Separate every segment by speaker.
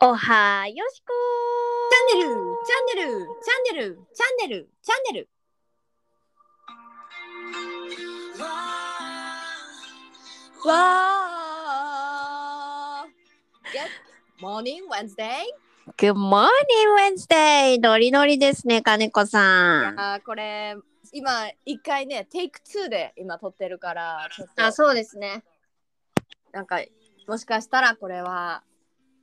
Speaker 1: おはよしこ
Speaker 2: チャンネル、チャンネル、チャンネル、チャンネル、チャンネル。わー。Good morning Wednesday。
Speaker 1: Good morning Wednesday ノリノリですね金子さん
Speaker 2: あーこれ今一回ねテイク2で今撮ってるからちょっと
Speaker 1: あそうですね
Speaker 2: なんかもしかしたらこれは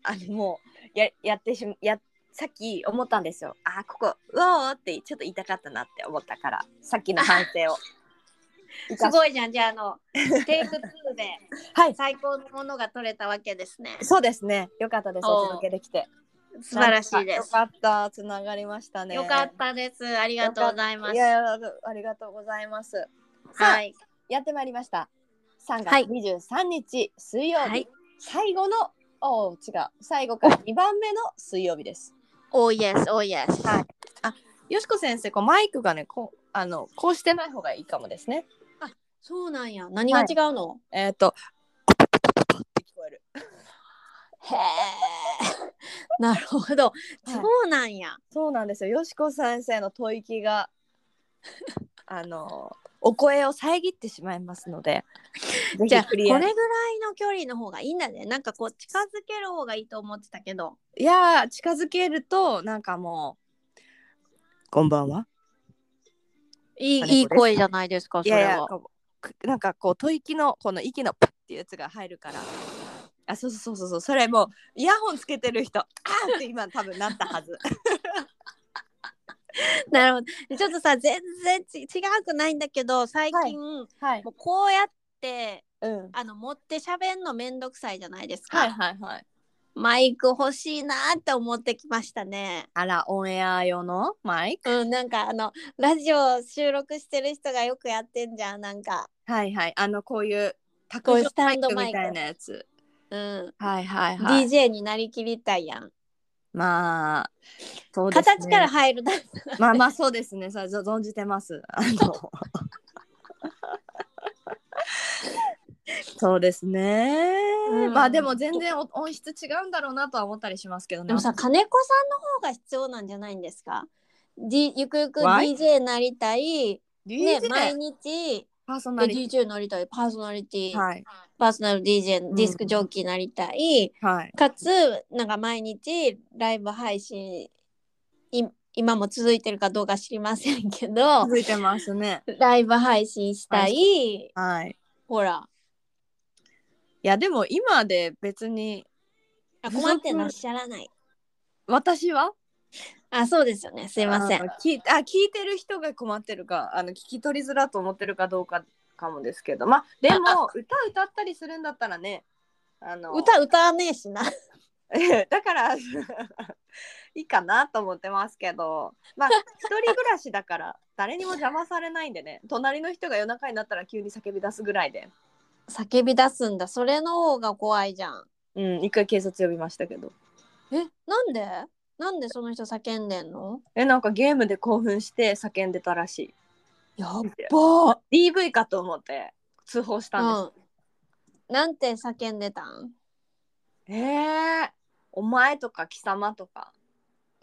Speaker 2: あのもうややってしまやさっき思ったんですよあーここうおーってちょっと言いたかったなって思ったからさっきの反 省を生
Speaker 1: す
Speaker 2: かし
Speaker 1: ごいじゃんじゃああのテイク2で
Speaker 2: はい
Speaker 1: 最高のものが取れたわけですね
Speaker 2: そうですねよかったです
Speaker 1: おー
Speaker 2: お届けできて
Speaker 1: 素晴らしいです
Speaker 2: なんかよかったつながりましたね
Speaker 1: よかったですありがとうございます
Speaker 2: いやいやありがとうございますさあ
Speaker 1: はい
Speaker 2: やってまいりました3
Speaker 1: はい
Speaker 2: 月23日、水曜日、
Speaker 1: はい
Speaker 2: 最後のおう違う最後から2番目の水曜日です
Speaker 1: Oh yes Oh yes
Speaker 2: はいよしこ先生こうマイクがねこうあのこうしてない方がいいかもですね
Speaker 1: そうなんや何が違うの、
Speaker 2: えっ、とって聞こえる
Speaker 1: へえなるほど、そうなんや
Speaker 2: そうなんですよよしこ先生の吐息が あのお声を遮ってしまいますのでぜ
Speaker 1: じゃあ
Speaker 2: ひ
Speaker 1: こ
Speaker 2: ク
Speaker 1: れぐら
Speaker 2: リア
Speaker 1: い
Speaker 2: に
Speaker 1: の距離の方がいいんだねなんかこう近づける方がいいと思ってたけど
Speaker 2: いやー近づけるとなんかもうこんばんはい
Speaker 1: い
Speaker 2: あれ
Speaker 1: いい
Speaker 2: これ
Speaker 1: 声じゃないですかそ
Speaker 2: い
Speaker 1: れは
Speaker 2: やいやこうくなんかこう吐息のこの息のパッっていうやつが入るからあそうそうそうそうそれもうイヤホンつけてる人あーって今多分なったはず
Speaker 1: なるほどちょっとさ全然ち違くないんだけど最近、
Speaker 2: はい
Speaker 1: もうこうやって
Speaker 2: うん
Speaker 1: あの持って喋んのめんどくさいじゃないですか、
Speaker 2: はいはいはい
Speaker 1: マイク欲しいなって思ってきましたね
Speaker 2: あらオンエア用のマイク
Speaker 1: うんなんかあのラジオ収録してる人がよくやってんじゃんなんか
Speaker 2: はいはいあのこういうタ
Speaker 1: こう
Speaker 2: ク
Speaker 1: いうスタンドマイク
Speaker 2: みたいなやつ
Speaker 1: うん、
Speaker 2: はいはいはい、
Speaker 1: DJ になりきりたいやん、
Speaker 2: まあそうですね
Speaker 1: 形から入るだ
Speaker 2: まあまあそうですね。それぞ存じてます。あ のそうですね、
Speaker 1: うん
Speaker 2: まあでも全然お音質違うんだろうなとは思ったりしますけどね。
Speaker 1: でもさ金子さんの方が必要なんじゃないんですか、D、ゆくゆく
Speaker 2: Why？
Speaker 1: DJ なりたい、ね、
Speaker 2: DJ
Speaker 1: 毎日
Speaker 2: パーソナリ
Speaker 1: DJ なりたいパーソナリティ、
Speaker 2: ティはい
Speaker 1: パーソナル DJ
Speaker 2: ん
Speaker 1: ディスクジョッキーなりたい、
Speaker 2: はい
Speaker 1: かつなんか毎日ライブ配信い今も続いてるかどうか知りませんけ ど
Speaker 2: 続いてますね。
Speaker 1: ライブ配信したい、
Speaker 2: はい。
Speaker 1: ほら
Speaker 2: いやでも今で別に
Speaker 1: あ困ってらっしゃらない
Speaker 2: 私は
Speaker 1: あそうですよねすいません
Speaker 2: あの聞いあ聞いてる人が困ってるかあの聞き取りづらと思ってるかどうかかもですけどまあでも歌歌ったりするんだったらねあの
Speaker 1: 歌歌わねえしな
Speaker 2: え だからいいかなと思ってますけどまあ一人暮らしだから誰にも邪魔されないんでね隣の人が夜中になったら急に叫び出すぐらいで、
Speaker 1: 叫び出すんだそれの方が怖いじゃん
Speaker 2: うん、一回警察呼びましたけど
Speaker 1: えなんでなんでその人叫んでんの
Speaker 2: えなんかゲームで興奮して叫んでたらし
Speaker 1: やっ
Speaker 2: ば DV かと思って通報したん
Speaker 1: うん、なんて叫んでたん
Speaker 2: です、えーお前とか貴様とか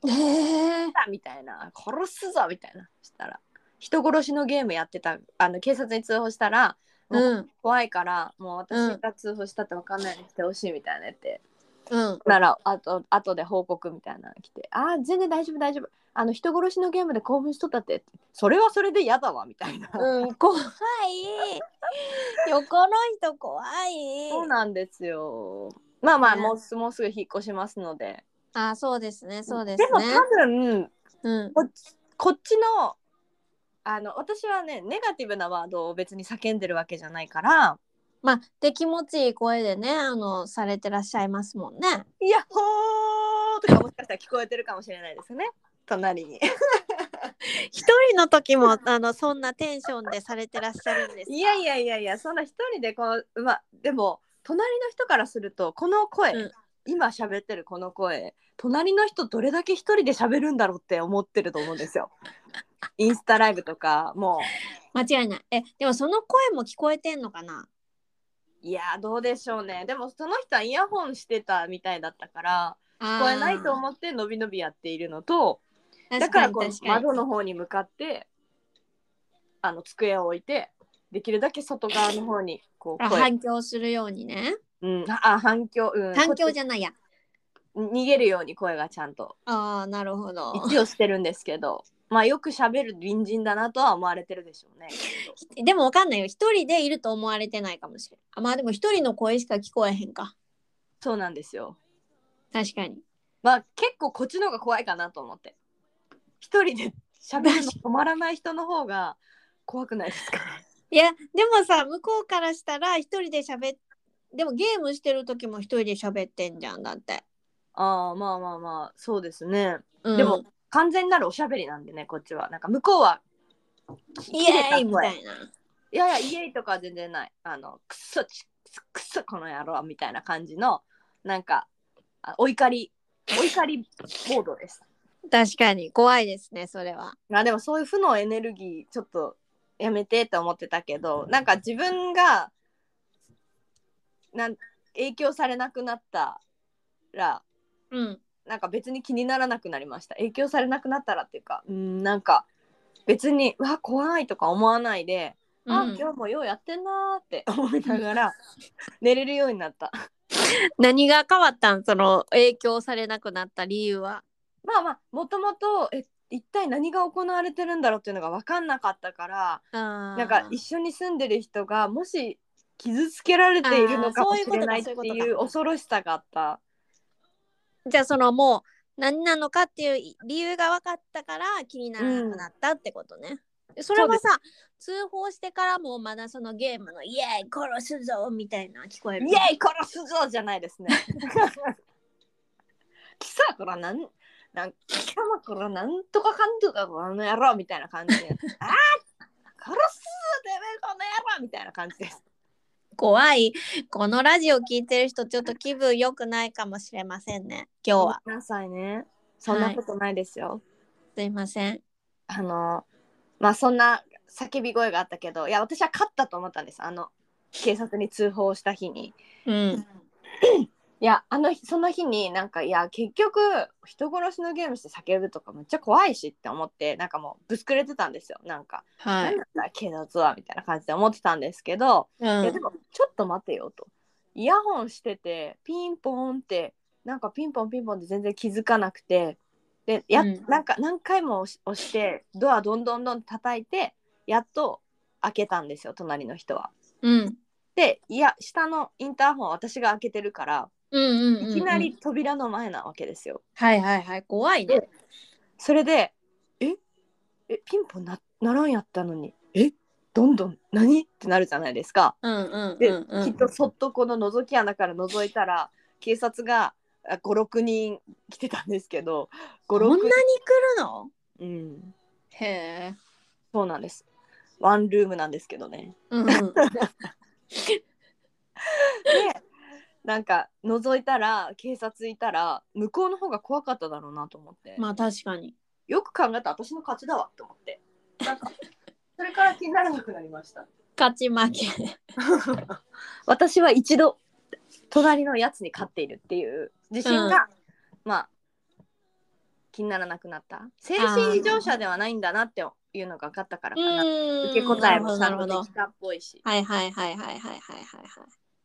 Speaker 1: へえ
Speaker 2: だみたいな殺すぞみたいなしたら人殺しのゲームやってたあの警察に通報したら
Speaker 1: うん
Speaker 2: 怖いから
Speaker 1: う
Speaker 2: もう私
Speaker 1: ん
Speaker 2: が通報したって分かんないようにしてほしいみたいなやって、
Speaker 1: うん
Speaker 2: ならあとあとで報告みたいなの来て「あー全然大丈夫大丈夫あの人殺しのゲームで興奮しとったって」それはそれで嫌だわ」みたいな、
Speaker 1: うん怖い横の人怖い
Speaker 2: そうなんですよまあまあ、
Speaker 1: ね
Speaker 2: もうすもうすぐ引っ越しますので
Speaker 1: あそうですねそうです
Speaker 2: で
Speaker 1: ね
Speaker 2: も多分
Speaker 1: うん
Speaker 2: こっちこっちのあの私はねネガティブなワードを別に叫んでるわけじゃないから
Speaker 1: まあで気持ちいい声でねあのされてらっしゃいますもんね
Speaker 2: 「ヤッホー!」とかもしかしたら聞こえてるかもしれないですね隣に。
Speaker 1: 一人の時も あのそんなテンションでされてらっしゃるんです
Speaker 2: いやいやいやいやそんな一人でこのうまでも隣の人からするとこの声、
Speaker 1: うん
Speaker 2: 今喋ってるこの声隣の人どれだけ一人で喋るんだろうって思ってると思うんで すよ。インスタライブとかも
Speaker 1: 間違いないえでもその声も聞こえてんのかな
Speaker 2: ういやーどうでしょうねでもその人はイヤホンしてたみたいだったから
Speaker 1: 聞
Speaker 2: 聞こえないと思って伸び伸びやっているのとだからこう窓の方に向かってあの机を置いてできるだけ外側の方にこう
Speaker 1: あ
Speaker 2: 声、
Speaker 1: 反響するようにね。
Speaker 2: うん、あ反響、うん、
Speaker 1: 反響じ
Speaker 2: ゃ
Speaker 1: ゃないや。
Speaker 2: 逃げるように声がちゃんと
Speaker 1: ああ、なるほど。
Speaker 2: 一応してるんですけどまあよく喋る隣人だなとは思われてるでしょうね。
Speaker 1: でもわかんないよ。一人でいると思われてないかもしれん。あまあでも一人の声しか聞こえへんか。
Speaker 2: そうなんですよ。
Speaker 1: 確かに。
Speaker 2: まあ結構こっちの方が怖いかなと思って一人で喋るの止まらない人の方が怖くないですか
Speaker 1: いや、でもさ、向こうからしたら一人で喋っでもゲームしてる時も一人で喋ってんじゃんだって。
Speaker 2: ああまあまあまあそうですね、
Speaker 1: うん
Speaker 2: でも、完全なるおしゃべりなんでねこっちはなんか向こうは
Speaker 1: イエーイ
Speaker 2: 切れた声
Speaker 1: みたいな。
Speaker 2: いやいやイエイとかは全然ないあのくっそちくっそこの野郎みたいな感じのなんかあお怒りお怒りモードです
Speaker 1: 確かに怖いですね、それは。
Speaker 2: まあでもそういう負のエネルギーちょっとやめてって思ってたけどなんか自分がなん影響されなくなったら
Speaker 1: うん。
Speaker 2: なんか別に気にならなくなりました影響されなくなったらっていうかうんなんか別にうわ怖いとか思わないで、あ
Speaker 1: うん
Speaker 2: 今日もようやってんなーって 思いながら寝れるようになった
Speaker 1: 何が変わったんその影響されなくなった理由は。
Speaker 2: まあまあもともとえ一体何が行われてるんだろうっていうのが分かんなかったから
Speaker 1: な
Speaker 2: なんか一緒に住んでる人がもし傷つけられているのか
Speaker 1: あー
Speaker 2: も
Speaker 1: そういう
Speaker 2: し
Speaker 1: こと
Speaker 2: れ
Speaker 1: か
Speaker 2: ないって
Speaker 1: そういう
Speaker 2: い
Speaker 1: こ
Speaker 2: う恐ろしさがあった。
Speaker 1: じゃあそのもう何なのかっていう理由が分かったから気にならなくなったってことね。それはさ通報してからもまだそのゲームの「イエーイ殺すぞ」みたいな聞こえ
Speaker 2: イエ
Speaker 1: る。
Speaker 2: イ殺すぞじゃないですね。 貴様らなんなん貴様からなんとかかんとかこの野郎みたいな感じ で。ああ殺すぞてめえこの野郎みたいな感じです。
Speaker 1: 怖いこのラジオ聞いてる人ちょっと気分良くないかもしれませんね今日は。
Speaker 2: ごめんなさいね。そんなことないですよ。
Speaker 1: すいません。
Speaker 2: あのまあそんな叫び声があったけどいや私は勝ったと思ったんですあの警察に通報した日に。
Speaker 1: うん、
Speaker 2: いやあの日その日になんかいや結局人殺しのゲームして叫ぶとかめっちゃ怖いしって思ってなんかもうぶつくれてたんですよなんか、
Speaker 1: は
Speaker 2: ないん、だったら警察はみたいな感じで思ってたんですけど、
Speaker 1: う
Speaker 2: いやで
Speaker 1: ん、
Speaker 2: もちょっと待てよとイヤホンしててピンポンってなんかピンポンピンポンって全然気づかなくてでや、
Speaker 1: うん
Speaker 2: なんか何回も押し押してドアどんどんどん叩いてやっと開けたんですよ隣の人は。
Speaker 1: うん
Speaker 2: でいや下のインターホンは私が開けてるから
Speaker 1: うんうんうん
Speaker 2: いきなり扉の前なわけですよ。
Speaker 1: はいはいはい怖いね。
Speaker 2: それで、ええピンポンなならんやったのに、えどんどん何ってなるじゃないですか。
Speaker 1: うんうん
Speaker 2: で、
Speaker 1: うんう
Speaker 2: き
Speaker 1: ん
Speaker 2: っとそっとこの覗き穴から覗いたら、警察が56人来てたんですけど、
Speaker 1: こんな
Speaker 2: 56
Speaker 1: に来
Speaker 2: 人、
Speaker 1: るの
Speaker 2: うん、
Speaker 1: へえ。
Speaker 2: そうなんです。ワンルームなんですけどね。
Speaker 1: うんうん
Speaker 2: で、なんか覗いたら警察いたら向こうの方が怖かっただろうなと思って。
Speaker 1: まあ確かに。
Speaker 2: よく考えたら私の勝ちだわって思ってなんかそれから気にならなくなりました
Speaker 1: 勝ち負け。
Speaker 2: 私は一度隣のやつに勝っているっていう自信が、まあ気にならなくなった精神異常者ではないんだなっていうのが分かったからかな
Speaker 1: 受
Speaker 2: 受け答えもち
Speaker 1: な
Speaker 2: ゃ
Speaker 1: る
Speaker 2: ん
Speaker 1: ほどなるほ
Speaker 2: とで
Speaker 1: ど
Speaker 2: きたっぽいし
Speaker 1: はいはいはいはいはいはいは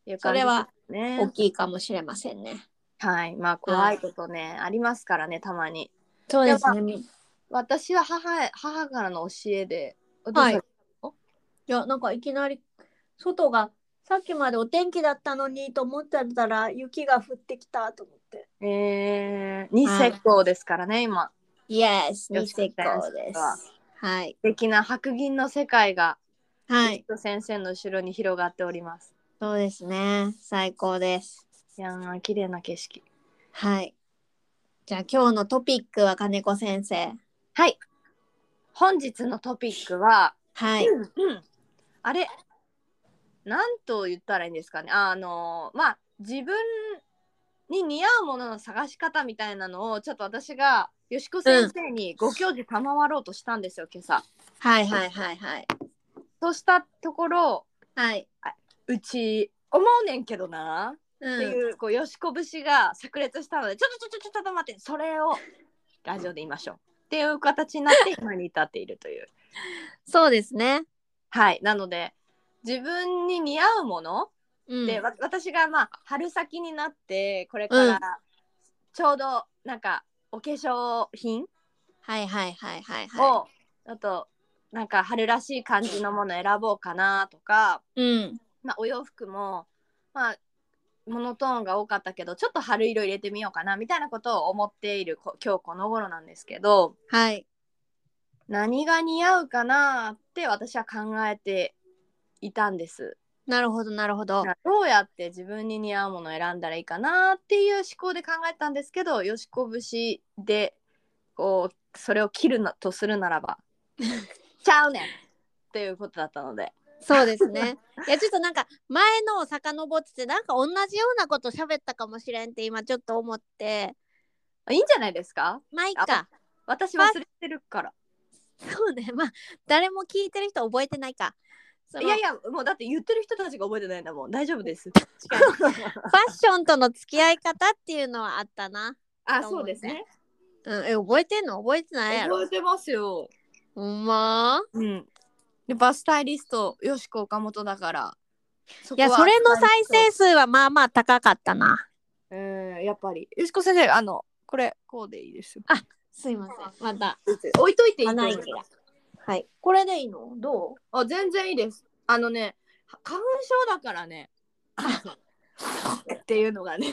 Speaker 1: い
Speaker 2: いう
Speaker 1: そ
Speaker 2: 感じ
Speaker 1: れは
Speaker 2: ですね
Speaker 1: 大きいかもしれませんね。
Speaker 2: はいまあ怖いことねありますからねたまに
Speaker 1: そうです
Speaker 2: や
Speaker 1: ね。い
Speaker 2: 私は母へ母からの教えで
Speaker 1: はいやなんかいきなり外がさっきまでお天気だったのにと思ってたら雪が降ってきたと思って。
Speaker 2: えー、日光光ですからね、今。
Speaker 1: イエス日
Speaker 2: よし
Speaker 1: 光です。はい
Speaker 2: 素敵な白銀の世界が、
Speaker 1: はい
Speaker 2: きっと先生の後ろに広がっております。
Speaker 1: そうですね最高です。
Speaker 2: いやー、綺麗な景色。
Speaker 1: はい。じゃあ今日のトピックは金子先生。
Speaker 2: はい。本日のトピックは、
Speaker 1: はい。
Speaker 2: うんうんあれ、なんと言ったらいいんですかね。あのーまあ、自分に似合うものの探し方みたいなのを、ちょっと私が、よしこ先生にご教授賜ろうとしたんですよ、今朝。
Speaker 1: はいはいはいはい。
Speaker 2: そうしたところ、
Speaker 1: はい。
Speaker 2: うち思うねんけどな
Speaker 1: ううん
Speaker 2: っていう、こう、よしこ節が炸裂したので、ちょっとちょっとちょっと待って、それをラジオで言いましょう。っていう形にな って、今に至っているという。
Speaker 1: そうですね。
Speaker 2: はい。なので、自分に似合うもの
Speaker 1: うん、
Speaker 2: で、わ私がまあ春先になってこれか
Speaker 1: うん
Speaker 2: らちょうどなんかお化粧品
Speaker 1: はいはいはいはい
Speaker 2: を、
Speaker 1: は
Speaker 2: あとなんか春らしい感じのもの選ぼうかなとか、
Speaker 1: い。うん。
Speaker 2: まあ、お洋服もまあモノトーンが多かったけどちょっと春色入れてみようかなみたいなことを思っているこ今日この頃なんですけど
Speaker 1: はい。
Speaker 2: 何が似合うかなって私は考えていたんです。
Speaker 1: なるほどなるほど。
Speaker 2: どうやって自分に似合うものを選んだらいいかなっていう思考で考えたんですけどよしこ節でこうそれを切るなとするならばちゃうねんっていうことだったので
Speaker 1: そうです ね。いやちょっとなんか前のを遡っててなんか同じようなこと喋ったかもしれんって今ちょっと思って。
Speaker 2: あいいんじゃないですか
Speaker 1: まあいいか。
Speaker 2: 私忘れてるから
Speaker 1: そうね。 まあ誰も聞いてる人覚えてないか。そ
Speaker 2: い
Speaker 1: の
Speaker 2: やいやもうだって言ってる人たちが覚えてないんだもん大丈夫です
Speaker 1: ファッションとの付き合い方っていうのはあったな。
Speaker 2: あそうですね
Speaker 1: うん、え覚えてんの覚えてないやろ。
Speaker 2: 覚えてますよ
Speaker 1: ほんま
Speaker 2: うんやっぱスタイリストよしこ岡本だから
Speaker 1: いやそれの再生数はまあまあ高かったな。
Speaker 2: うんやっぱりよしこ先生あのこれこうでいいですよ
Speaker 1: すいません。また。
Speaker 2: 置いといていいと思
Speaker 1: 鼻
Speaker 2: い
Speaker 1: 息
Speaker 2: ま
Speaker 1: が
Speaker 2: す。
Speaker 1: はい。これでいいのどう
Speaker 2: あ全然いいですあのねは花粉症だからねっていうのがね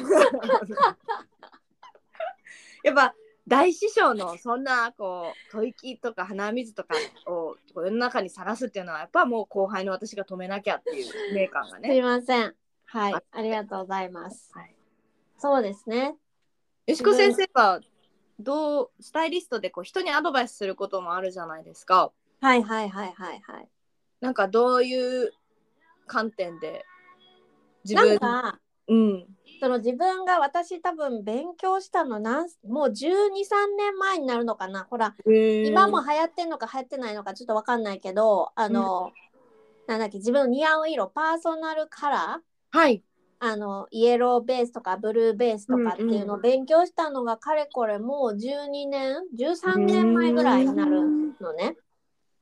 Speaker 2: やっぱ大師匠のそんなこう吐息とか鼻水とかをこう世の中にさらすっていうのはやっぱもう後輩の私が止めなきゃっていう使命感が
Speaker 1: すい
Speaker 2: ね。
Speaker 1: ません。はい
Speaker 2: あ。
Speaker 1: ありがとうございます。
Speaker 2: はい
Speaker 1: そうですね。
Speaker 2: よしこ先生はどうスタイリストでこう人にアドバイスすることもあるじゃないですか。
Speaker 1: はいはいはいはいはい。
Speaker 2: なんかどういう観点で自
Speaker 1: な
Speaker 2: 分
Speaker 1: んか、
Speaker 2: うん
Speaker 1: その自分が私多分勉強したのなんもう12、3年前になるのかな。ほら、今
Speaker 2: 今
Speaker 1: も流行ってんのか流行ってないのかちょっとわかんないけど、あの、なんだっけ、自分の似合う色、パーソナルカラー
Speaker 2: はい
Speaker 1: あのイエローベースとかブルーベースとかっていうのを勉強したのがかれこれもう12年13年前ぐらいになるのね。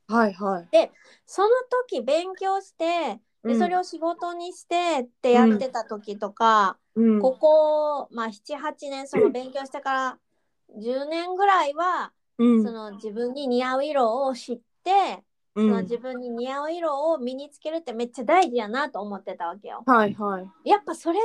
Speaker 2: はいはい
Speaker 1: その時勉強してでそれを仕事にしてってやってた時とか、
Speaker 2: うん
Speaker 1: ここ、まあ、78年その勉強してから10年ぐらいは、
Speaker 2: うん
Speaker 1: その自分に似合う色を知って、
Speaker 2: う
Speaker 1: その
Speaker 2: ん
Speaker 1: 自分に似合う色を身につけるってめっちゃ大事やなと思ってたわけよ。
Speaker 2: はいはい
Speaker 1: やっぱそれ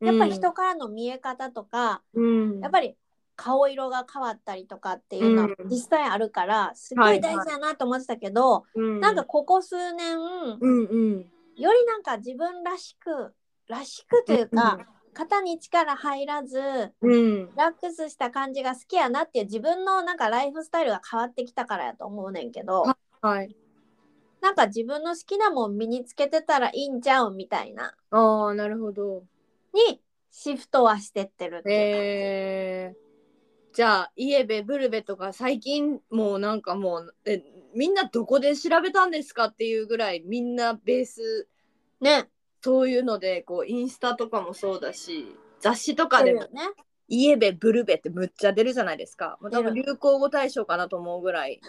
Speaker 1: でやっぱり
Speaker 2: う
Speaker 1: 人からの見え方とか、
Speaker 2: ん
Speaker 1: やっぱり顔色が変わったりとかっていうのは
Speaker 2: うん
Speaker 1: 実際あるから、すごい大事だなと思ってたけど、
Speaker 2: うん
Speaker 1: なんかここ数年、
Speaker 2: うんうん
Speaker 1: よりなんか自分らしくらしくというか、肩に力入らず
Speaker 2: うん
Speaker 1: リラックスした感じが好きやなっていう自分のなんかライフスタイルが変わってきたからやと思うねんけど、
Speaker 2: はい
Speaker 1: なんか自分の好きなもん身につけてたらいいんちゃうみたいな
Speaker 2: ああなるほど
Speaker 1: にシフトはしてってるっていう感じ
Speaker 2: えー、じゃあイエベブルベとか最近もうなんかもうえみんなどこで調べたんですかっていうぐらいみんなベース
Speaker 1: ね。
Speaker 2: そういうのでこうインスタとかもそうだし雑誌とかでも
Speaker 1: そうよね。
Speaker 2: イエベブルベってむっちゃ出るじゃないですか。もう多分
Speaker 1: 出
Speaker 2: 流行語大賞かなと思うぐら い。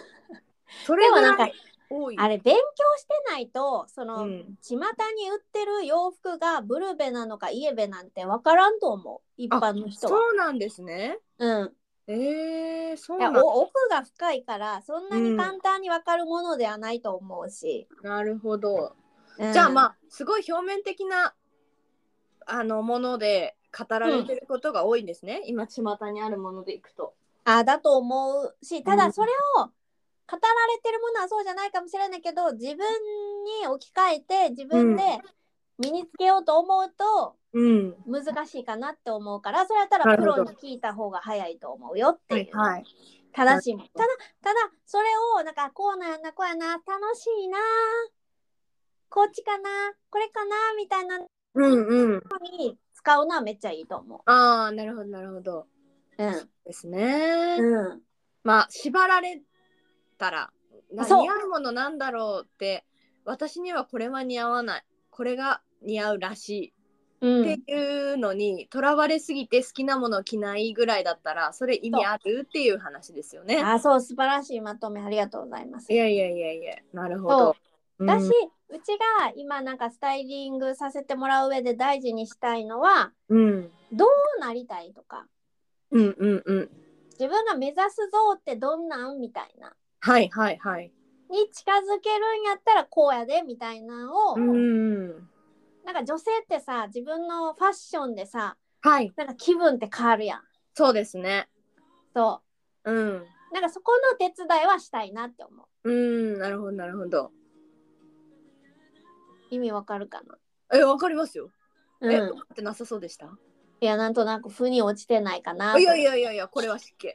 Speaker 2: そ
Speaker 1: で
Speaker 2: れ
Speaker 1: も
Speaker 2: は
Speaker 1: な
Speaker 2: なんん
Speaker 1: か
Speaker 2: か多い。
Speaker 1: あれ勉強してないとその、
Speaker 2: うん、
Speaker 1: 巷に売ってる洋服がブルベなのかイエベなんて分からんと思う一般の人
Speaker 2: そ
Speaker 1: は。
Speaker 2: うなんですね。
Speaker 1: うん、
Speaker 2: えー、そう
Speaker 1: いや
Speaker 2: なんだ。
Speaker 1: お奥が深いからそんなに簡単に分かるものではないと思うし。
Speaker 2: なるほど。
Speaker 1: うん
Speaker 2: じゃあまあすごい表面的なあのもので語られてることが多いんですね。今巷にあるものでいくと。
Speaker 1: あだと思うした
Speaker 2: う
Speaker 1: だ
Speaker 2: ん
Speaker 1: それを語られてるものはそうじゃないかもしれないけど自分に置き換えて自分で身につけようと思うと
Speaker 2: うん。
Speaker 1: 難しいかなって思うからそれやった
Speaker 2: な
Speaker 1: ら
Speaker 2: る
Speaker 1: プ
Speaker 2: ほど
Speaker 1: ロに聞いた方が早いと思うよって。
Speaker 2: はいいうはい。
Speaker 1: 正しいもん。た
Speaker 2: な
Speaker 1: だ、ただ、それを、なんか、こうなんやな、こうやな、楽しいな、こっちかな、これかな、みたいなの
Speaker 2: うんうん。
Speaker 1: に使うのはめっちゃいいと思
Speaker 2: ああなるほどなるほど。
Speaker 1: う。うん。
Speaker 2: ですね。
Speaker 1: うん。
Speaker 2: まあ縛られたらな
Speaker 1: そう
Speaker 2: 似合うものなんだろうって私にはこれは似合わないこれが似合うらしい
Speaker 1: うん
Speaker 2: っていうのにとらわれすぎて好きなものを着ないぐらいだったらそれ意味あるっていう話ですよね。
Speaker 1: あそう素晴らしいまとめありがとうございます
Speaker 2: い。やいやいやいやなるほ
Speaker 1: そう
Speaker 2: ど。うん
Speaker 1: だし、うちが今なんかスタイリングさせてもらう上で大事にしたいのは
Speaker 2: うん
Speaker 1: どうなりたいとか
Speaker 2: うんうんうん
Speaker 1: 自分が目指す像ってどんなんみたいな
Speaker 2: はいはいはい。
Speaker 1: に近づけるんやったらこうやでみたいなのを、
Speaker 2: うん
Speaker 1: なんか女性ってさ自分のファッションでさ
Speaker 2: はい
Speaker 1: なんか気分って変わるやん
Speaker 2: そうですね。
Speaker 1: そ
Speaker 2: うん
Speaker 1: うなんかそこの手伝いはしたいなって思う
Speaker 2: うんなるほどなるほど。
Speaker 1: 意味わかるかな
Speaker 2: えわかりますよ。え
Speaker 1: うん
Speaker 2: わかってなさそうでした。
Speaker 1: いやなんとなく腑に落ちてないかない
Speaker 2: やいやいやいやこれは湿気。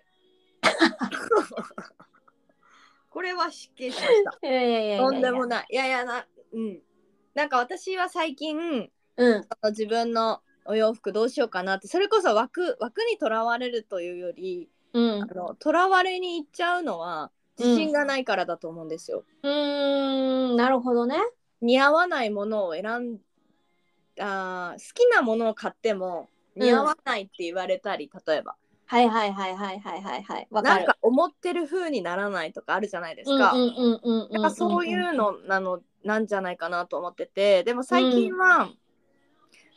Speaker 2: これは湿気しました。
Speaker 1: いやいやいやいやいや
Speaker 2: とんでもない。いやいやな、うん。なんか私は最近、
Speaker 1: うん
Speaker 2: あの自分のお洋服どうしようかなって、それこそ枠、枠にとらわれるというより、
Speaker 1: うん
Speaker 2: あの、とらわれに行っちゃうのは、自信がないからだと思うんですよ。
Speaker 1: うーんなるほどね
Speaker 2: 似合わないものを選んあー好きなものを買っても、似合わないって言われたり、例えば、
Speaker 1: はいはいはいはいはいはいはいわか
Speaker 2: なん
Speaker 1: る
Speaker 2: か思ってる風にならないとかあるじゃないです
Speaker 1: うん
Speaker 2: か。
Speaker 1: うんうんうんうんうん
Speaker 2: なんかそういうのなのなんじゃないかなと思っててでも最近は、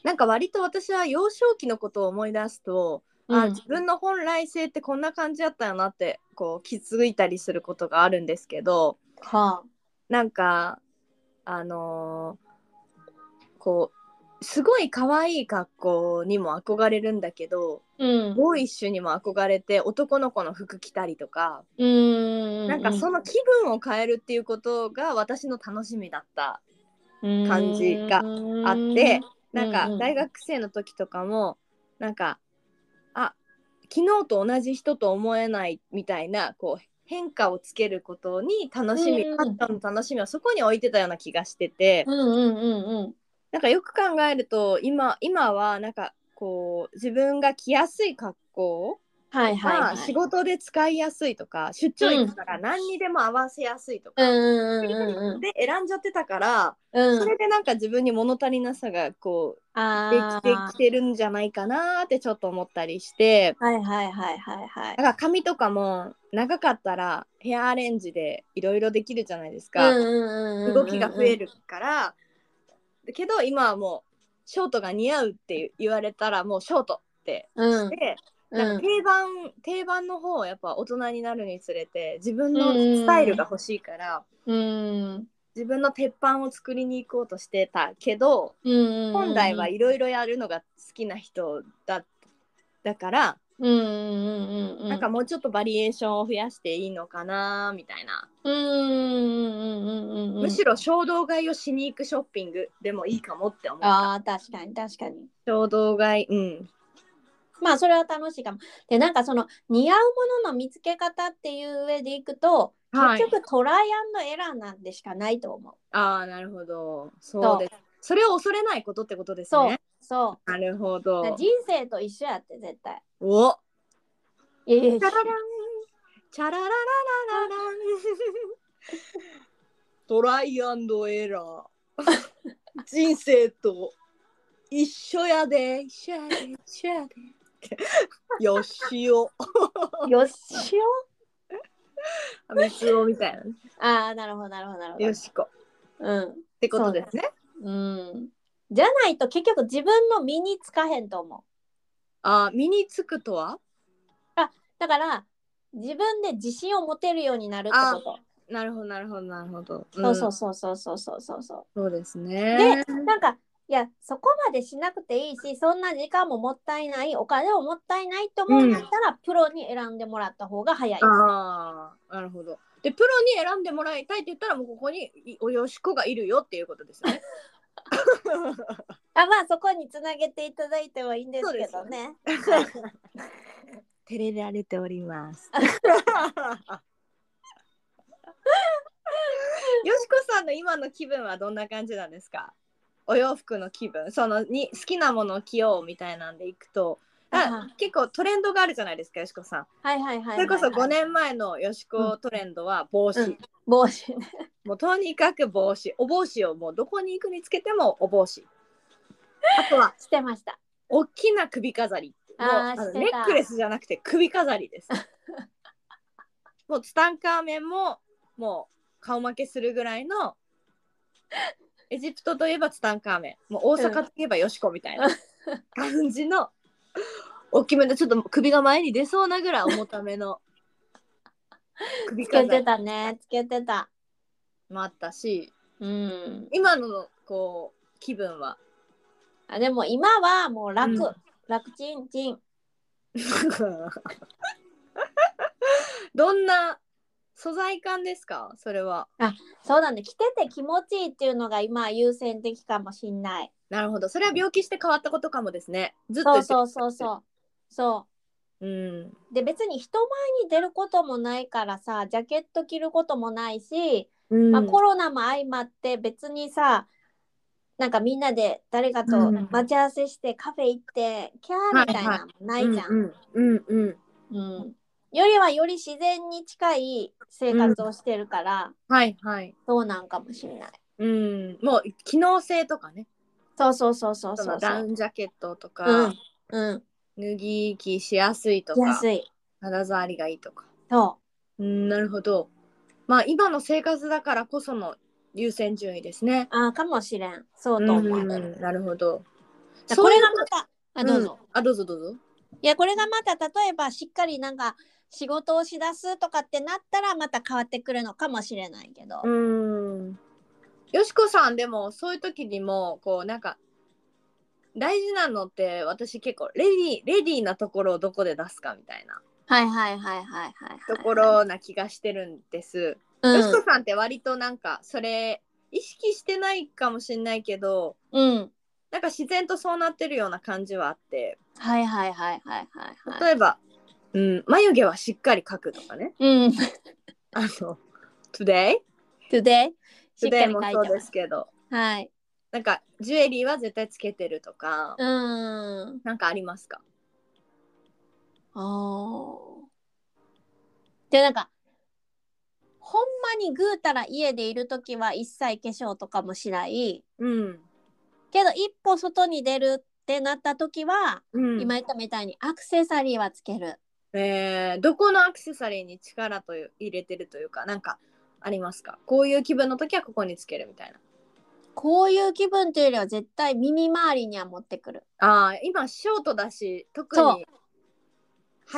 Speaker 2: なんか割と私は幼少期のことを思い出すと、
Speaker 1: うん
Speaker 2: あ自分の本来性ってこんな感じだったよなってこう気づいたりすることがあるんですけど
Speaker 1: はあ
Speaker 2: なんかあのーこうすごい可愛い格好にも憧れるんだけど
Speaker 1: うん
Speaker 2: ボーイッシュにも憧れて男の子の服着たりとか、
Speaker 1: うーん
Speaker 2: なんかその気分を変えるっていうことが私の楽しみだった感じがあってなん
Speaker 1: うんう
Speaker 2: か
Speaker 1: ん
Speaker 2: 大学生の時とかもなんかあ昨日と同じ人と思えないみたいなこう変化をつけることに楽しみ
Speaker 1: うん
Speaker 2: フ
Speaker 1: うんうん
Speaker 2: ァッションの楽しみをそこに置いてたような気がしてて
Speaker 1: うんうんうんうん
Speaker 2: なんかよく考えると今今はなんかこう自分が着やすい格好
Speaker 1: はいはい
Speaker 2: ま
Speaker 1: は
Speaker 2: あ
Speaker 1: い
Speaker 2: 仕事で使いやすいとか出張行くから何にでも合わせやすいと
Speaker 1: う
Speaker 2: か、
Speaker 1: んうんうん
Speaker 2: で選んじゃってたから、
Speaker 1: うんう
Speaker 2: そ
Speaker 1: ん
Speaker 2: れでなんか自分に物足りなさがこうで
Speaker 1: あ
Speaker 2: きて
Speaker 1: ー
Speaker 2: きてるんじゃないかなーってちょっと思ったりして
Speaker 1: はいはいはいはいはい
Speaker 2: だから髪とかも長かったらヘアアレンジでいろいろできるじゃないですか、動
Speaker 1: 動
Speaker 2: きが増えるからだけど今はもうショートが似合うって言われたらもうショートって
Speaker 1: うん
Speaker 2: して、
Speaker 1: う
Speaker 2: な
Speaker 1: ん
Speaker 2: んか定番定番の方をやっぱ大人になるにつれて自分のスタイルが欲しいから、
Speaker 1: うん
Speaker 2: 自分の鉄板を作りに行こうとしてたけど
Speaker 1: うん
Speaker 2: 本来はいろいろやるのが好きな人だだから、
Speaker 1: うんうんうんうん
Speaker 2: なんかもうちょっとバリエーションを増やしていいのかなみたいな、
Speaker 1: うんうんうんうんうん
Speaker 2: むしろ衝動買いをしに行くショッピングでもいいかもって思った
Speaker 1: あー確かに確かに
Speaker 2: 衝動買いうん
Speaker 1: まあそれは楽しいかも。でなんかその似合うものの見つけ方っていう上でいくと、
Speaker 2: はい
Speaker 1: 結局トライアンドエラーなんでしかないと思う。
Speaker 2: ああなるほどそうですそれを恐れないことってことです
Speaker 1: そう、
Speaker 2: ね
Speaker 1: そう。
Speaker 2: なるほ
Speaker 1: だから
Speaker 2: ど
Speaker 1: 人生と一緒やって絶対。
Speaker 2: お
Speaker 1: いやいや
Speaker 2: チャラランチャララララララントライアンドエラー人生と一緒やで一緒やで一緒やでよしお
Speaker 1: よしお。
Speaker 2: みつおみたいなね。
Speaker 1: ああなるほどなるほどなるほど。
Speaker 2: よしこ。っ
Speaker 1: うん
Speaker 2: てことですね。
Speaker 1: うん。じゃないと結局自分の身につかへんと思う。
Speaker 2: あー、身につくとは。
Speaker 1: だから自分で自信を持てるようになるってこ
Speaker 2: なるほど、なるほど、なるほど。
Speaker 1: と。そうそううんそうそうそうそうそうそう。
Speaker 2: そうですね
Speaker 1: で。なんかいやそこまでしなくていいしそんな時間ももったいないお金ももったいないと思うんだったら、プロに選んでもらった方が早い。
Speaker 2: ああ、なるほど。で、プロに選んでもらいたいって言ったら、もうここにいおよしこがいるよっていうことですね。
Speaker 1: あまあそこにつなげていただいてもいいんですけどね。
Speaker 2: 照れられており ます。よしこさんの今の気分はどんな感じなんですかお洋服の気分そのに好きなものを着ようみたいなんでいくとあ
Speaker 1: あ
Speaker 2: 結構トレンドがあるじゃないですかよしこさん
Speaker 1: はいはいはいはい、
Speaker 2: それこそ5年前のよしこトレンドは帽子、
Speaker 1: うん帽子ね。
Speaker 2: もうとにかく帽子お帽子をもうどこに行くにつけてもお帽子
Speaker 1: あとはしてました。
Speaker 2: 大きな首飾り。もう
Speaker 1: あー
Speaker 2: あの
Speaker 1: して
Speaker 2: ネ
Speaker 1: た
Speaker 2: ックレスじゃなくて首飾りです。もうツタンカーメンももう顔負けするぐらいのエジプトといえばツタンカーメンもう大阪といえばよしこみたいな感じの大きめのちょっと首が前に出そうなぐらい重ため の首
Speaker 1: つけ
Speaker 2: 飾
Speaker 1: て
Speaker 2: り
Speaker 1: たね。つけてた。
Speaker 2: もあったし
Speaker 1: うん。
Speaker 2: 今のこう気分は
Speaker 1: あでも今はもう楽。
Speaker 2: うん
Speaker 1: 楽ちんちん。
Speaker 2: どんな素材感ですかそれは。
Speaker 1: そうだね。着てて気持ちいいっていうのが今優先的かもしんない。
Speaker 2: なるほど。それは病気して変わったことかもですね。ずっと
Speaker 1: そうそ
Speaker 2: 一緒
Speaker 1: うそうそう。そう。
Speaker 2: うん。
Speaker 1: で別に人前に出ることもないからさジャケット着ることもないし、
Speaker 2: うん。
Speaker 1: まあ、コロナも相まって別にさなんかみんなで誰かと
Speaker 2: うん
Speaker 1: 待ち合わせしてカフェ行ってキャーみたいなのもないじゃん。
Speaker 2: うんうんうんうん。
Speaker 1: うんよりはより自然に近い生活をしてるから、
Speaker 2: はいはい。
Speaker 1: そうなんかもしれない。
Speaker 2: うん。もう機能性とかね。
Speaker 1: そうそうそうそう
Speaker 2: そ
Speaker 1: そ
Speaker 2: の
Speaker 1: う
Speaker 2: ダ
Speaker 1: そ
Speaker 2: ウ
Speaker 1: う。
Speaker 2: ンジャケットと
Speaker 1: う
Speaker 2: か
Speaker 1: ん、うん、
Speaker 2: 脱ぎ着しやすいと
Speaker 1: 着や
Speaker 2: か
Speaker 1: す、い。
Speaker 2: 肌触りがいいとか。
Speaker 1: そ
Speaker 2: うん、なるほど。まあ今の生活だからこその優先順位ですね。
Speaker 1: う。ああ、かもしれん。そうと思う。
Speaker 2: ん
Speaker 1: だか
Speaker 2: なるほど。
Speaker 1: らこれがまた、あ、どうぞ。
Speaker 2: んあ、どうぞどうぞ。
Speaker 1: いやこれがまた例えばしっかりなんか仕事をしだすとかってなったらまた変わってくるのかもしれないけど、
Speaker 2: うん。よしこさんでもそういう時にもこうなんか大事なのって私結構レディーレディーなところをどこで出すかみたいな
Speaker 1: はいはいはいはいはい
Speaker 2: とこ、ろな気がしてるんです。
Speaker 1: う
Speaker 2: よし
Speaker 1: ん
Speaker 2: こさんって割となんかそれ意識してないかもしれないけど
Speaker 1: うん、
Speaker 2: なんか自然とそうなってるような感じはあって
Speaker 1: はいはいはいはいはいはい
Speaker 2: 例えば、うん、眉毛はしっかり描くとかね
Speaker 1: うん
Speaker 2: あの「Today」
Speaker 1: today
Speaker 2: 「
Speaker 1: しっか
Speaker 2: Today」
Speaker 1: り書
Speaker 2: も
Speaker 1: いて
Speaker 2: そうで
Speaker 1: ます
Speaker 2: すけど
Speaker 1: はい
Speaker 2: なんかジュエリーは絶対つけてるとか、
Speaker 1: うーん
Speaker 2: なんかありますか
Speaker 1: あーでなんかほんまにぐうたら家でいる時は一切化粧とかもしない
Speaker 2: うん、
Speaker 1: けど一歩外に出るってなった時は、
Speaker 2: うん、
Speaker 1: 今言ったみたいにアクセサリーはつける
Speaker 2: えーどこのアクセサリーに力という入れてるというかなんかありますかこういう気分の時はここにつけるみたいな
Speaker 1: こういう気分というよりは絶対耳周りには持ってくる。
Speaker 2: あー今ショートだし特
Speaker 1: そう
Speaker 2: に映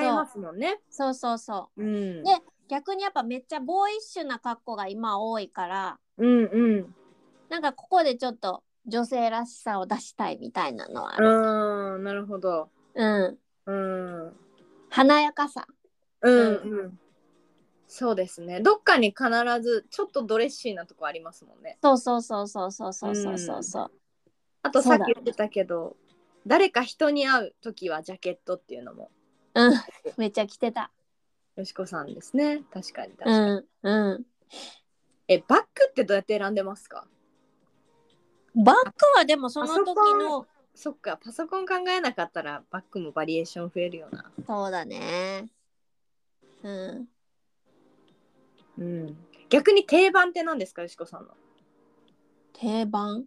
Speaker 2: えますもんね、
Speaker 1: そうそうそう
Speaker 2: ん、
Speaker 1: ねう。逆にやっぱめっちゃボーイッシュな格好が今多いから、
Speaker 2: うんうん
Speaker 1: なんかここでちょっと女性らしさを出したいみたいなのはあ
Speaker 2: う
Speaker 1: る。
Speaker 2: ーんなるほど
Speaker 1: うん。
Speaker 2: うんうん
Speaker 1: 華やかさ。
Speaker 2: うんそうですねどっかに必ずちょっとドレッシーなとこありますもんね
Speaker 1: そうそうそうそうそうそうそうそうそう。
Speaker 2: あとさ
Speaker 1: そ
Speaker 2: っ
Speaker 1: うだ
Speaker 2: き言ってたけど、誰か人に会う時はジャケットっていうのも
Speaker 1: うん。めっちゃ着てた。
Speaker 2: よしこさんですね確かに確か
Speaker 1: う
Speaker 2: に、
Speaker 1: ん。うん。
Speaker 2: えバッグってどうやって選んでますか
Speaker 1: バッグはでもその時の。
Speaker 2: そっかパソコン考えなかったらバッグもバリエーション増えるよな
Speaker 1: そうだね。うん。
Speaker 2: うん逆に定番って何ですかよしこさんの
Speaker 1: 定番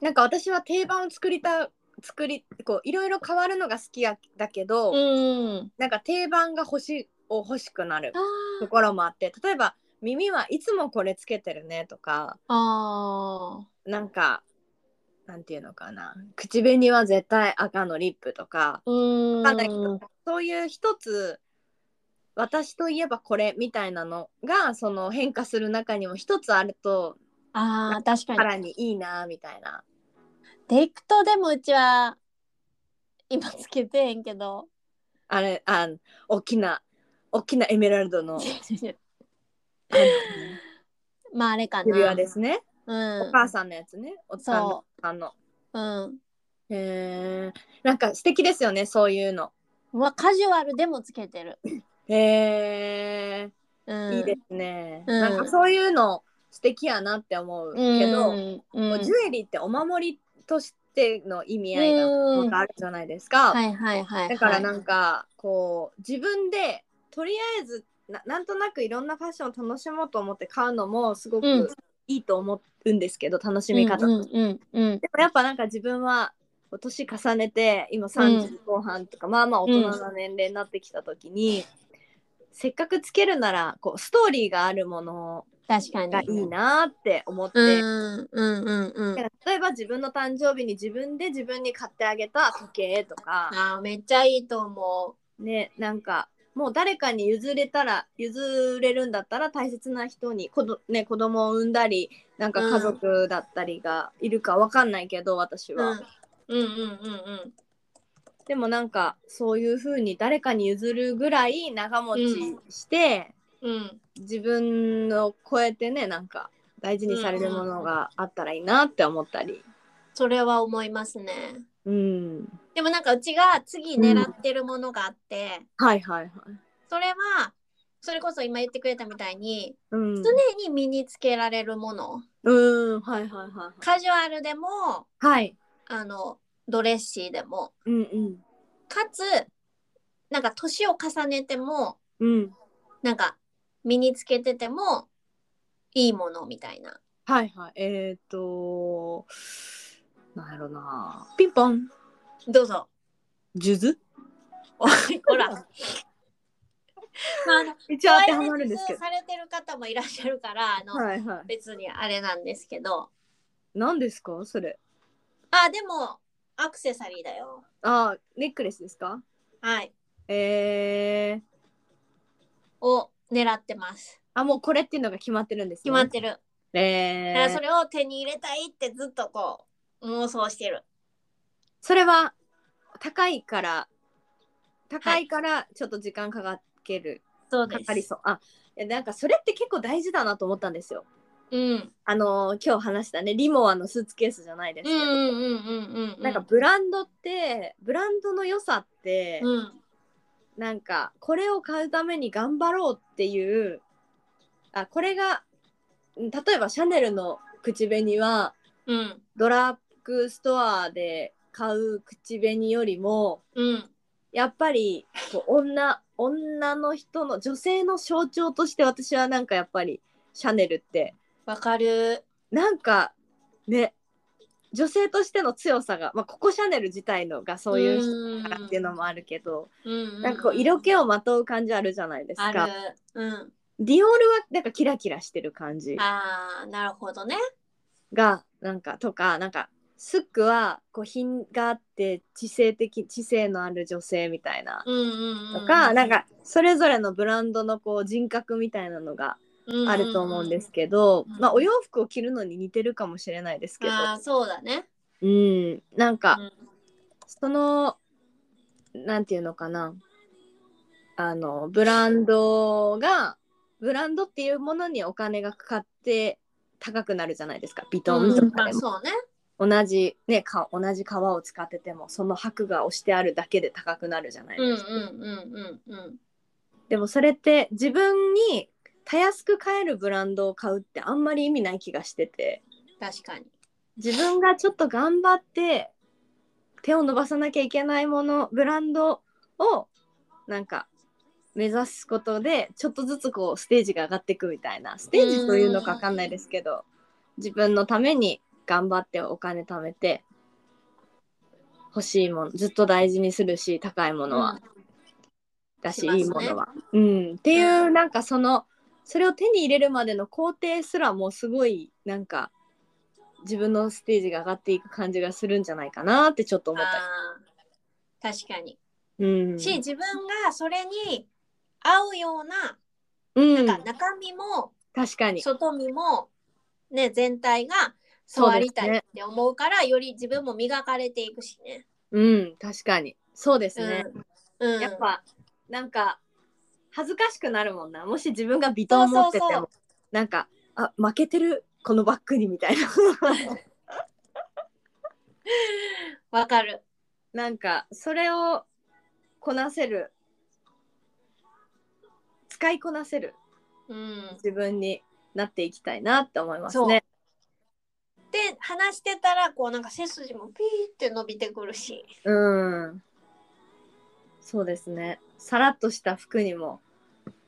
Speaker 2: なんか私は定番を作りた作りこういろいろ変わるのが好きやだけど、
Speaker 1: うん。
Speaker 2: なんか定番が欲しを欲しくなる
Speaker 1: あ
Speaker 2: ところもあって例えば耳はいつもこれつけてるねとか
Speaker 1: あ。ああ。
Speaker 2: なんかなんていうのかな口紅は絶対赤のリップとか
Speaker 1: うん。
Speaker 2: わかんないけどそういう一つ私といえばこれみたいなのがその変化する中にも一つあると
Speaker 1: ああ確
Speaker 2: さ
Speaker 1: からに。
Speaker 2: にいいなみたいな
Speaker 1: でいくとでもうちは今つけてへんけど
Speaker 2: あれあ大きな大きなエメラル ドのあの
Speaker 1: まああれかな。
Speaker 2: 指輪ですね、
Speaker 1: うん。
Speaker 2: お母さんのやつねお父
Speaker 1: そ
Speaker 2: さんの。
Speaker 1: う。うん。
Speaker 2: へえなんか素敵ですよねそういうの。
Speaker 1: うわカジュアルでもつけてる。
Speaker 2: へえ、
Speaker 1: うん、
Speaker 2: いいですね、
Speaker 1: うん
Speaker 2: なんかそういうの素敵やなって思
Speaker 1: う
Speaker 2: う
Speaker 1: ん
Speaker 2: けど、
Speaker 1: うん、
Speaker 2: ジュエリーってお守りとしての意味合いが
Speaker 1: うん
Speaker 2: なんかあるじゃないですか、
Speaker 1: はいはいはい、はい。
Speaker 2: だからなんかこう自分でとりあえずななんとなくいろんなファッションを楽しもうと思って買うのもす
Speaker 1: う
Speaker 2: ご
Speaker 1: ん
Speaker 2: くいいと思うんですけど楽し
Speaker 1: うん
Speaker 2: み方として、
Speaker 1: うんうん
Speaker 2: でもやっぱなんか自分はこう年重ねて今30後半とか、まあまあ大人な年齢になってきた時に、せっかくつけるならこうストーリーがあるもの
Speaker 1: 確かに
Speaker 2: がいいなって思って、
Speaker 1: うんうんうんう
Speaker 2: だ
Speaker 1: ん
Speaker 2: から例えば自分の誕生日に自分で自分に買ってあげた時計とか、
Speaker 1: あーめっちゃいいと思
Speaker 2: ねなんかもう誰かに譲れたら譲れるんだったら大切な人に子ど、ね、子供を産んだりなんか家族だったりがいるかわかんないけど、私
Speaker 1: う、う
Speaker 2: は。
Speaker 1: ん、うんうんうんうん
Speaker 2: でもなんかそういう風に誰かに譲るぐらい長持ちして、
Speaker 1: うん
Speaker 2: 自分を超えてねなんか大事にされるものがあったらいいなって思ったり。
Speaker 1: それは思いますね
Speaker 2: うん、
Speaker 1: でもなんかうちが次狙ってるものがあって、
Speaker 2: はいはいはい。
Speaker 1: それはそれこそ今言ってくれたみたいに
Speaker 2: うん、
Speaker 1: 常に身につけられるもの
Speaker 2: うんはいはいはいはい。
Speaker 1: カジュアルでも
Speaker 2: はい。
Speaker 1: あのドレッシーでも
Speaker 2: うんうん。
Speaker 1: かつなんか年を重ねても
Speaker 2: うん。
Speaker 1: なんか身につけててもいいものみたいな
Speaker 2: はいはい。えっ、ー、となんやろな。ピンポン。
Speaker 1: どうぞ
Speaker 2: 数珠
Speaker 1: ほら、まあ、あ の
Speaker 2: 一応当てはまるんですけど。
Speaker 1: されてる方もいらっしゃるからあの、
Speaker 2: はいは
Speaker 1: 別にあれなんですけど
Speaker 2: い。何ですかそれ。
Speaker 1: あでもアクセサリーだよ
Speaker 2: あーネックレスですか
Speaker 1: はい
Speaker 2: えー、
Speaker 1: を狙ってます
Speaker 2: あもうこれっていうのが決まってるんです、ね、
Speaker 1: 決まってる、
Speaker 2: てえ
Speaker 1: だ
Speaker 2: ー
Speaker 1: からそれを手に入れたいってずっとこう妄想してる
Speaker 2: それは高いから高いからちょっと時間かかける、
Speaker 1: そう
Speaker 2: かかりそうあいやなんかそれって結構大事だなと思ったんですよ
Speaker 1: うん
Speaker 2: あのー今日話したねリモアのスーツケースじゃないです
Speaker 1: う
Speaker 2: けど、
Speaker 1: んうんうんうんうん
Speaker 2: なんかブランドってブランドの良さって、
Speaker 1: うん
Speaker 2: なんかこれを買うために頑張ろうっていうあこれがうん例えばシャネルの口紅は
Speaker 1: うん
Speaker 2: ドラッグストアで買う口紅よりも
Speaker 1: うん
Speaker 2: やっぱりこう女女の人の女性の象徴として私はなんかやっぱりシャネルって
Speaker 1: わかる
Speaker 2: なんかね女性としての強さが、まあ、ココシャネル自体のがそういう人
Speaker 1: う
Speaker 2: だからっていうのもあるけど、
Speaker 1: うん
Speaker 2: なんかこう色気をまとう感じあるじゃないです
Speaker 1: ある
Speaker 2: か。
Speaker 1: うん
Speaker 2: ディオールはなんかキラキラしてる感じ
Speaker 1: あーなるほどね
Speaker 2: がなんかとかなんかスックはこう品があって知性的知性のある女性みたいな
Speaker 1: うんうんうん
Speaker 2: とか、なんかそれぞれのブランドのこう人格みたいなのがあると思うんですすけど、
Speaker 1: うんうん
Speaker 2: まあ、お洋服を着るのに似てるかもしれないですけど、
Speaker 1: あーそうだね
Speaker 2: うん、なんか、
Speaker 1: うん
Speaker 2: そのなんていうのかなあのブランドがブランドっていうものにお金がかかって高くなるじゃないですかビトンとか
Speaker 1: う
Speaker 2: で
Speaker 1: んまあ
Speaker 2: も、
Speaker 1: そうね
Speaker 2: 同じねか同じ革を使っててもその箔が押してあるだけで高くなるじゃない
Speaker 1: うんう
Speaker 2: で
Speaker 1: ん
Speaker 2: すか、
Speaker 1: うんうんうん
Speaker 2: でもそれって自分にたやすく買えるブランドを買うってあんまり意味ない気がしてて
Speaker 1: 確かに
Speaker 2: 自分がちょっと頑張って手を伸ばさなきゃいけないものブランドをなんか目指すことでちょっとずつこうステージが上がっていくみたいなステージというのか分かんないですけど自分のために頑張ってお金貯めて欲しいものずっと大事にするし高いものは、だし
Speaker 1: しますね
Speaker 2: いいものは。うん、っていうなんかそのそれを手に入れるまでの工程すらもうすごいなんか自分のステージが上がっていく感じがするんじゃないかなってちょっと思った
Speaker 1: あー確かに、
Speaker 2: り。うん、
Speaker 1: し自分がそれに合うような
Speaker 2: うん、
Speaker 1: なんか中身も
Speaker 2: 確かに。
Speaker 1: 外身も、ね、全体が
Speaker 2: そう
Speaker 1: 触
Speaker 2: ですね
Speaker 1: りたいって思うからより自分も磨かれていくしね。
Speaker 2: うん、確かに。そうですね。
Speaker 1: うんうん、
Speaker 2: やっぱなんか恥ずかしくなるもんな。もし自分がビトン持ってても
Speaker 1: そうそうそう
Speaker 2: なんかあ負けてるこのバッグにみたいな。
Speaker 1: わかる。
Speaker 2: なんかそれをこなせる使いこなせる
Speaker 1: うん、
Speaker 2: 自分になっていきたいなって思います
Speaker 1: そう
Speaker 2: ね。
Speaker 1: で話してたらこうなんか背筋もピーって伸びてくるし
Speaker 2: うん。そうですね。さらっとした服にも、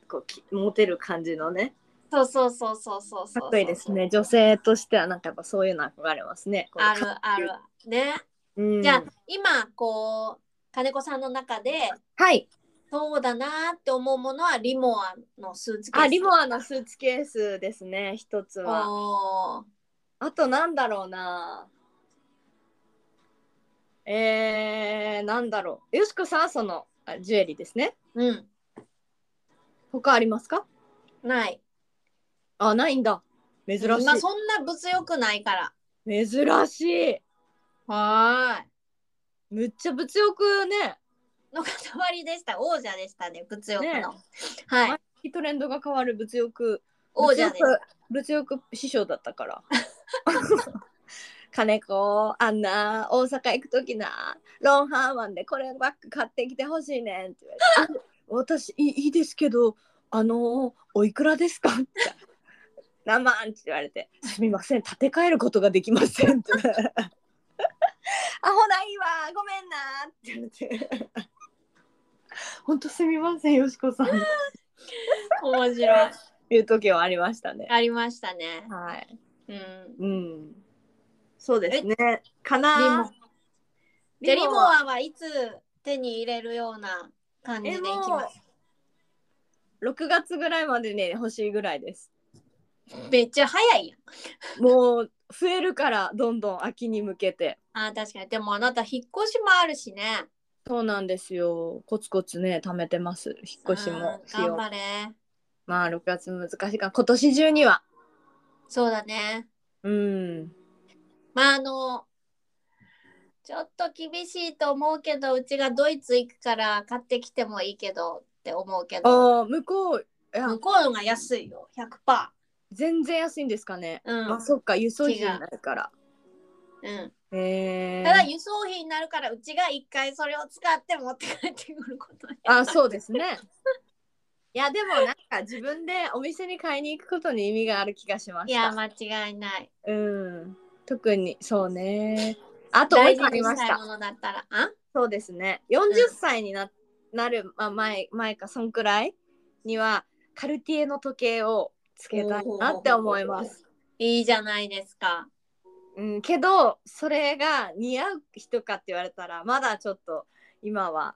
Speaker 2: こうき、モテる感じのね。
Speaker 1: そうそうそうそうそうそう
Speaker 2: かっこいいですね女性としてはなんかやっぱそういうの憧れますね
Speaker 1: あるあるね、
Speaker 2: うん、
Speaker 1: じゃあ今こう金子さんの中で
Speaker 2: はい
Speaker 1: そうだなって思うものはリモアのスーツケース
Speaker 2: あリモアのスーツケースですね一つは
Speaker 1: おー
Speaker 2: あとなんだろうなえー、なんだろうよしこさんはそのあジュエリーですね
Speaker 1: うん
Speaker 2: 他ありますか
Speaker 1: ない
Speaker 2: あないんだ珍しい、
Speaker 1: まあそんな物欲ないから
Speaker 2: 珍しい
Speaker 1: は
Speaker 2: むっちゃ物欲ね
Speaker 1: ーいの塊でした王者でしたね物欲の、
Speaker 2: ね
Speaker 1: はい
Speaker 2: トレンドが変わる物欲
Speaker 1: 王者です
Speaker 2: 物欲物欲師匠だったから 金子あんな大阪行く時なロンハーマンでこれバッグ買ってきてほしいねんって言われてあ私いいいいですけどあのおいくらですか?」って「何万?」って言われて「すみません建て替えることができません」って あほないいわごめんな」って言われて 「ほんとすみませんよしこさん」
Speaker 1: 面白い
Speaker 2: いう時はありましたね。
Speaker 1: ありましたね
Speaker 2: はい
Speaker 1: うん
Speaker 2: うん。そうですね。かな。
Speaker 1: じゃあリモ
Speaker 2: は
Speaker 1: アはいつ手に入れるような感じでいき
Speaker 2: えも
Speaker 1: ます
Speaker 2: う6月ぐらいまでね欲しいぐらいです。
Speaker 1: めっちゃ早いやん
Speaker 2: もう増えるからどんどん秋に向けて。
Speaker 1: あー確かにでもあなた引っ越しもあるしね
Speaker 2: そうなんですよ。コツコツね貯めてます。引っ越しも
Speaker 1: うん
Speaker 2: 費
Speaker 1: 頑
Speaker 2: 用。
Speaker 1: 張れ
Speaker 2: まあ6月難しいから今年中には。
Speaker 1: そうだね
Speaker 2: うん。
Speaker 1: まああのちょっと厳しいと思うけどうちがドイツ行くから買ってきてもいいけどって思うけど
Speaker 2: ああ向こういや
Speaker 1: 向こうのが安いよ100%
Speaker 2: 全然安いんですかね。
Speaker 1: うん、
Speaker 2: まあそっか輸送費になるから。
Speaker 1: うん、
Speaker 2: へえ
Speaker 1: ただ輸送費になるからうちが一回それを使って持って帰ってくることに
Speaker 2: あそうですね。いやでもなんか自分でお店に買いに行くことに意味がある気がしま
Speaker 1: い
Speaker 2: し
Speaker 1: や
Speaker 2: た。
Speaker 1: 間違いない
Speaker 2: うん。特にそうね。あともう
Speaker 1: 大
Speaker 2: 一
Speaker 1: 事
Speaker 2: 個あり
Speaker 1: に
Speaker 2: ま
Speaker 1: し
Speaker 2: し
Speaker 1: い
Speaker 2: たた。
Speaker 1: ものだったらあ
Speaker 2: そうですね。40歳にな,、なる、まあ、前前かそんくらいにはカルティエの時計をつけたいなって思います。
Speaker 1: いいじゃないですか
Speaker 2: うん、けどそれが似合う人かって言われたらまだちょっと今は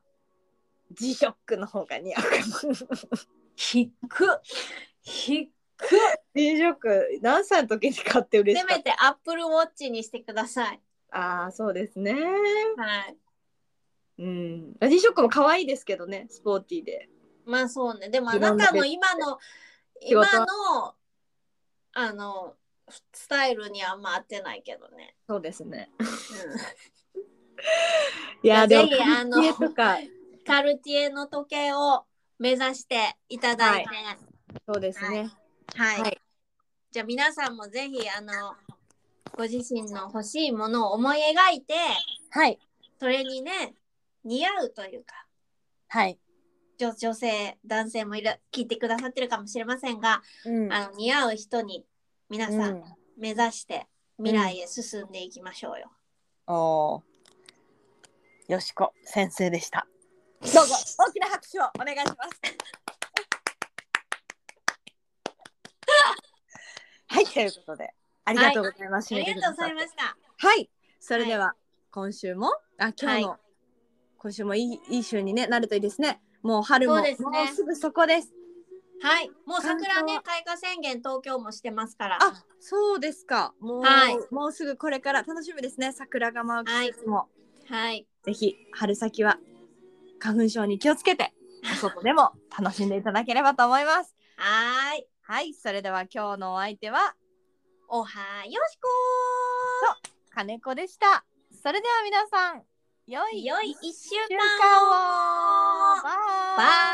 Speaker 2: G ショックの方が似合うかも。
Speaker 1: ひっくひっ
Speaker 2: G ショック何歳の時に買って嬉
Speaker 1: せ
Speaker 2: しかっ
Speaker 1: めてアップルウォッチにしてください
Speaker 2: た。ああそうですね。
Speaker 1: はい
Speaker 2: うん。G ショックも可愛いですけどねスポーティーで。
Speaker 1: まあそうねでもあ
Speaker 2: いろ
Speaker 1: なん
Speaker 2: な
Speaker 1: たの今の
Speaker 2: 仕事
Speaker 1: 今のあのスタイルにあんま合ってないけどね、
Speaker 2: そうですね。
Speaker 1: う
Speaker 2: いや
Speaker 1: ぜ
Speaker 2: で
Speaker 1: ひ
Speaker 2: もカルティエとか
Speaker 1: ん、カルティエの時計を目指していただいて
Speaker 2: そうですね。
Speaker 1: はい、
Speaker 2: はい
Speaker 1: じゃあ皆さんもぜひあのご自身の欲しいものを思い描いて
Speaker 2: はい
Speaker 1: それにね似合うというか
Speaker 2: はい。
Speaker 1: 女女性男性もいら聞いてくださってるかもしれませんが、
Speaker 2: うん
Speaker 1: あの似合う人に皆さん目指して未来へ進んでいきましょうよ。
Speaker 2: およしこ先生でした。どうぞ大きな拍手をお願いします。 はいということでありがとうございます。
Speaker 1: あ
Speaker 2: 締め
Speaker 1: り
Speaker 2: てく
Speaker 1: がと
Speaker 2: だ
Speaker 1: うござい
Speaker 2: さって
Speaker 1: ました。
Speaker 2: はい、それでは今週も、あ今日の、
Speaker 1: は
Speaker 2: 今週もいいいい週に、ね、なるといいですね。もう春も
Speaker 1: そうですね
Speaker 2: もうすぐそこです。
Speaker 1: はい、もう桜ね
Speaker 2: 感
Speaker 1: 開花宣言東京もしてますから。
Speaker 2: あそうですか。もう、
Speaker 1: はい
Speaker 2: もうすぐこれから楽しみですね。桜が舞う季節も、
Speaker 1: はい、
Speaker 2: ぜひ春先は花粉症に気をつけてお外でも楽しんでいただければと思います。
Speaker 1: はーい、
Speaker 2: はい、それでは今日のお相手は
Speaker 1: おはよしこ
Speaker 2: 金子でした。それでは皆さん、良
Speaker 1: ー。
Speaker 2: い
Speaker 1: 良い一週
Speaker 2: 週
Speaker 1: 間を。
Speaker 2: 間をバイ
Speaker 1: バイ。